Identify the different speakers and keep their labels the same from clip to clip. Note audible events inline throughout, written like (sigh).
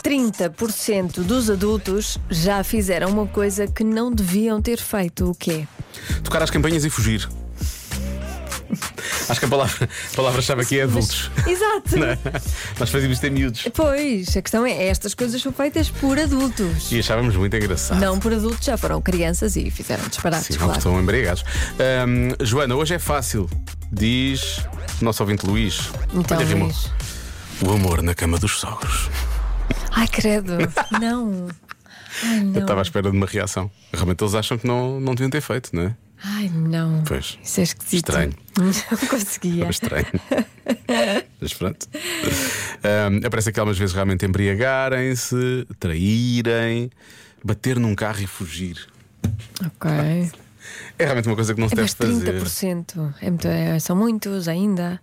Speaker 1: 30% dos adultos já fizeram uma coisa que não deviam ter feito. O
Speaker 2: (laughs)
Speaker 1: quê?
Speaker 2: Tocar as campanhas e fugir. Acho que a palavra- a palavra-chave aqui é adultos. (laughs)
Speaker 1: Exato!
Speaker 2: Não é? Nós fazíamos isto em miúdos.
Speaker 1: Pois, a questão é: estas coisas são feitas por adultos.
Speaker 2: E achávamos muito engraçado.
Speaker 1: Não por adultos, já foram crianças e fizeram disparates,
Speaker 2: Sim, não
Speaker 1: claro.
Speaker 2: estão embriagados. Ahm, Joana, hoje é fácil, diz o nosso ouvinte Luís.
Speaker 1: Então,
Speaker 2: Olha, rimou.
Speaker 1: Luís.
Speaker 2: O amor na cama dos sogros.
Speaker 1: Ai,
Speaker 2: (laughs)
Speaker 1: credo! Não! Ai,
Speaker 2: Eu
Speaker 1: não!
Speaker 2: estava à espera de uma reação. Realmente eles acham que não, não deviam ter feito, não é?
Speaker 1: Ai, não!
Speaker 2: Pois.
Speaker 1: Isso é esquisito.
Speaker 2: Estranho.
Speaker 1: Não conseguia.
Speaker 2: Foi estranho.
Speaker 1: (laughs)
Speaker 2: Mas pronto. Ahm, aparece aqui algumas vezes realmente embriagarem-se, traírem, bater num carro e fugir.
Speaker 1: Ok.
Speaker 2: É realmente uma coisa que não se
Speaker 1: É,
Speaker 2: deve
Speaker 1: mas
Speaker 2: fazer.
Speaker 1: 30%. É muito- é- são muitos ainda.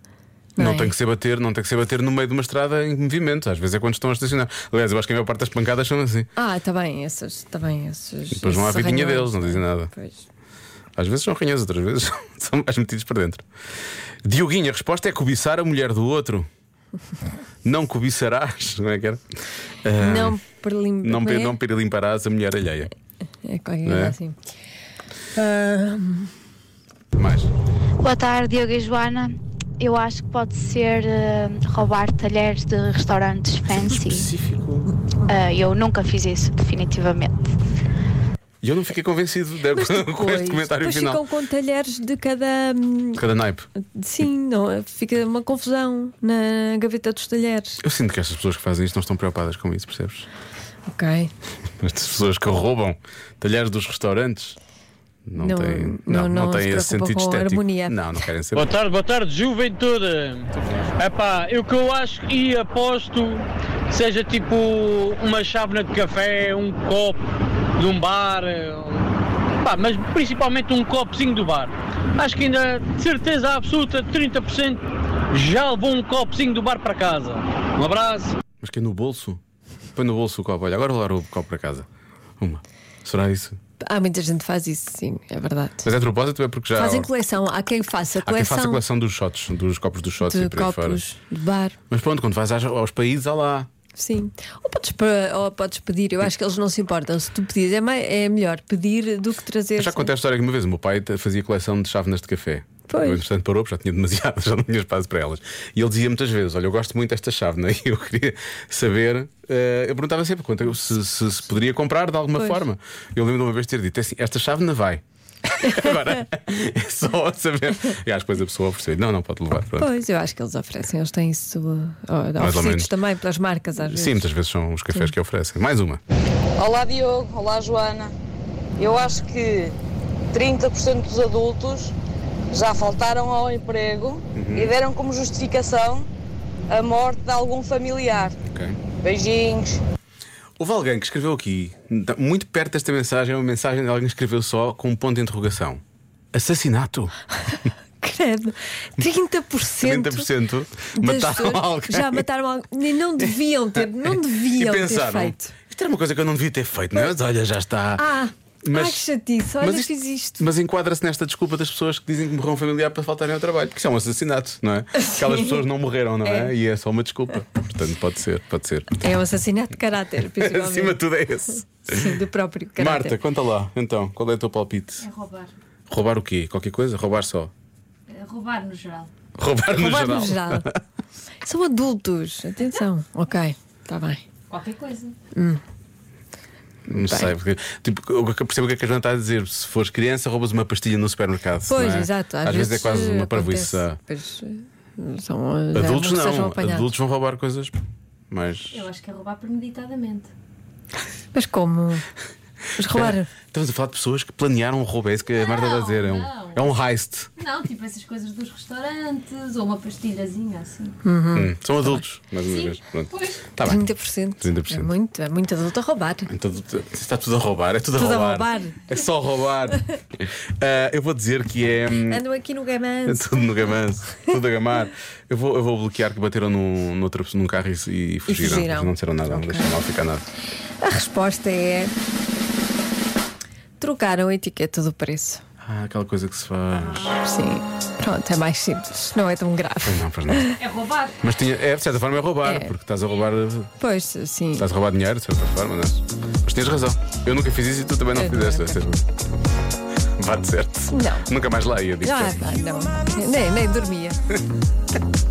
Speaker 1: Não,
Speaker 2: Não
Speaker 1: é?
Speaker 2: tem que ser bater, não tem que ser bater no meio de uma estrada em movimento. Às vezes é quando estão a estacionar. Aliás, eu acho que a maior parte das pancadas são assim.
Speaker 1: Ah, está bem, essas. Está bem, essas.
Speaker 2: Depois vão à
Speaker 1: esses
Speaker 2: vidinha
Speaker 1: arranhões, é?
Speaker 2: deles, não dizem nada.
Speaker 1: Pois.
Speaker 2: Às vezes são ranhas, outras vezes (laughs) são mais metidos para dentro. Dioguinho, a resposta é cobiçar a mulher do outro. Não cobiçarás, não é que era? Ah,
Speaker 1: Não prelim...
Speaker 2: não,
Speaker 1: como
Speaker 2: pe-
Speaker 1: é?
Speaker 2: não perimparás a mulher alheia.
Speaker 1: É qualquer
Speaker 2: Não
Speaker 1: coisa
Speaker 2: é? (laughs)
Speaker 1: assim. Ah,
Speaker 2: Mais.
Speaker 3: Boa tarde, Diogo e Joana. Eu acho que pode ser eh, roubar talheres de restaurantes fancy.
Speaker 2: Específico.
Speaker 3: Eh, eu nunca fiz isso, definitivamente.
Speaker 2: E eu não fiquei convencido de-
Speaker 1: mas depois,
Speaker 2: (laughs) com este comentário
Speaker 1: depois
Speaker 2: final.
Speaker 1: ficam com talheres de cada. hum,
Speaker 2: Cada naipe.
Speaker 1: Sim, não, é? fica uma confusão na gaveta dos talheres.
Speaker 2: Eu sinto que estas pessoas que fazem isto não estão preocupadas com isso, percebes?
Speaker 1: Ok.
Speaker 2: Estas pessoas que roubam talheres dos restaurantes não,
Speaker 1: Não-
Speaker 2: têm,
Speaker 1: não-
Speaker 2: não, não,
Speaker 1: não
Speaker 2: têm
Speaker 1: se
Speaker 2: esse
Speaker 1: preocupam
Speaker 2: sentido
Speaker 1: com a
Speaker 2: estético.
Speaker 1: harmonia.
Speaker 2: Não, não querem ser.
Speaker 4: Boa tarde, boa tarde, juventude. Epá, o que eu acho e aposto que seja tipo uma chávena de café, um copo de um bar, um- pá, mas principalmente um copozinho do bar. Acho que ainda, de certeza absoluta, 30% já levou um copozinho do bar para casa. Um abraço.
Speaker 2: Mas que é no bolso? Põe no bolso o copo. Olha, agora vou levar o copo para casa. Uma. Será isso?
Speaker 1: Há muita gente que faz isso, sim, é verdade.
Speaker 2: Mas é de propósito, é porque já.
Speaker 1: Fazem coleção. Há quem faça
Speaker 2: Há quem
Speaker 1: coleção,
Speaker 2: faça a coleção dos shots, dos copos dos shots e
Speaker 1: de
Speaker 2: por aí fora.
Speaker 1: copos de bar.
Speaker 2: Mas pronto, quando vais aos, aos países, há lá.
Speaker 1: Sim. Ou podes, pe- ou podes pedir, eu acho que eles não se importam. Se tu pedires, é, mai- é melhor pedir do que trazer.
Speaker 2: Eu já contei a história aqui uma vez. O meu pai te- fazia coleção de chávenas de café.
Speaker 1: Pois.
Speaker 2: Eu, entretanto, parou, porque já tinha demasiadas, (laughs) já não tinha espaço para elas. E ele dizia muitas vezes: Olha, eu gosto muito desta chávena (laughs) e eu queria saber. eh, eu perguntava sempre quanto, eu- se, se- se poderia comprar de alguma
Speaker 1: Pois.
Speaker 2: forma. Eu lembro de uma vez ter dito: "É assim, Esta chávena vai. (laughs) Agora é só saber. E às depois a pessoa ofereceu: Não, não pode levar. Pronto.
Speaker 1: Pois, eu acho que eles oferecem, eles têm isso uh,
Speaker 2: ou menos.
Speaker 1: oferecidos também pelas marcas às vezes.
Speaker 2: Sim, muitas vezes são os cafés que oferecem. Mais uma.
Speaker 5: Olá Diogo, olá Joana. Eu acho que 30% dos adultos já faltaram ao emprego e deram como justificação a morte de algum familiar. Beijinhos.
Speaker 2: Houve alguém que escreveu aqui, muito perto desta mensagem, é uma mensagem de alguém que escreveu só com um ponto de interrogação: Assassinato.
Speaker 1: Credo, 30%,
Speaker 2: 30%
Speaker 1: das
Speaker 2: mataram
Speaker 1: pessoas
Speaker 2: alguém.
Speaker 1: já mataram alguém. E Não deviam ter, não deviam
Speaker 2: (laughs) e
Speaker 1: ter
Speaker 2: pensaram,
Speaker 1: feito.
Speaker 2: Isto era uma coisa que eu não devia ter feito, não é? Mas olha, já está.
Speaker 1: Ah,
Speaker 2: Mas-
Speaker 1: ai que chatice, olha,
Speaker 2: mas isto-
Speaker 1: fiz isto.
Speaker 2: Mas enquadra-se nesta desculpa das pessoas que dizem que morreram familiar para faltarem ao trabalho, porque isso é um assassinato,
Speaker 1: (laughs)
Speaker 2: não é? Aquelas pessoas não morreram, não é? E é só uma desculpa. Portanto, pode ser, pode ser.
Speaker 1: É um assassinato de
Speaker 2: (laughs)
Speaker 1: caráter,
Speaker 2: Acima de
Speaker 1: principalmente.
Speaker 2: tudo é esse.
Speaker 1: Sim, do próprio
Speaker 2: Marta,
Speaker 1: (laughs) caráter.
Speaker 2: conta lá, então, qual é o teu palpite?
Speaker 6: Roubar.
Speaker 2: Roubar o quê? Qualquer coisa? Roubar só?
Speaker 6: Eh, Roubar no geral.
Speaker 2: Roubar no
Speaker 1: Roubar
Speaker 2: geral.
Speaker 1: no geral. São adultos, atenção. Ok, está bem.
Speaker 6: Qualquer coisa.
Speaker 2: Não sei, porque tipo, eu percebo o que é que a Joana está a dizer. Se fores criança, roubas uma pastilha no supermercado.
Speaker 1: Pois,
Speaker 2: não é?
Speaker 1: exato. eh,
Speaker 2: Às, vezes, é quase uma
Speaker 1: acontece.
Speaker 2: parvoíça.
Speaker 1: Pois, eh, são, eh, já
Speaker 2: Adultos
Speaker 1: que sejam
Speaker 2: não,
Speaker 1: apanhados.
Speaker 2: adultos vão roubar coisas, mas.
Speaker 6: Eu acho que é roubar premeditadamente.
Speaker 1: Mas como? Mas
Speaker 2: Tá
Speaker 1: roubar.
Speaker 2: Estamos a falar de pessoas que planearam um roubo, é isso que a Marta está a dizer. É um,
Speaker 6: não.
Speaker 2: é um heist.
Speaker 6: Não, tipo essas coisas dos restaurantes ou uma pastilhazinha assim.
Speaker 2: Hum, São adultos, mais uma vez. Pronto.
Speaker 6: Pois.
Speaker 2: Está Tá bem.
Speaker 1: 30%.
Speaker 2: 30%.
Speaker 1: É muito, é muito adulto a roubar.
Speaker 2: Então, tu- tu- está tudo a roubar, é tudo,
Speaker 1: Tudo a
Speaker 2: a roubar.
Speaker 1: roubar.
Speaker 2: É só roubar. Ah, eu vou dizer que é. hum,
Speaker 1: Andam aqui no
Speaker 2: É
Speaker 1: gamãs.
Speaker 2: tudo no gamanço, tudo a gamar. Eu vou, eu vou bloquear que bateram num, noutra, pessoa- num carro e, e fugiram.
Speaker 1: fugiram.
Speaker 2: Eles Não disseram nada, não deixaram mal ficar nada.
Speaker 1: A resposta é. Trocaram a etiqueta do preço.
Speaker 2: Ah, aquela coisa que se faz.
Speaker 1: Sim. Pronto, é mais simples. Não é tão grave.
Speaker 2: Não, pois não.
Speaker 6: É roubar.
Speaker 2: Mas tinha, é, de certa forma é roubar,
Speaker 1: É.
Speaker 2: porque estás a roubar.
Speaker 1: Pois, sim.
Speaker 2: Estás a roubar dinheiro, de certa forma, não é? Mas tens razão. Eu nunca fiz isso e tu também não
Speaker 1: Eu
Speaker 2: fizeste.
Speaker 1: nunca.
Speaker 2: Vá de certo.
Speaker 1: Não. é
Speaker 2: Nunca mais lá ia, digo
Speaker 1: Ah, pá, não. Nem, nem dormia.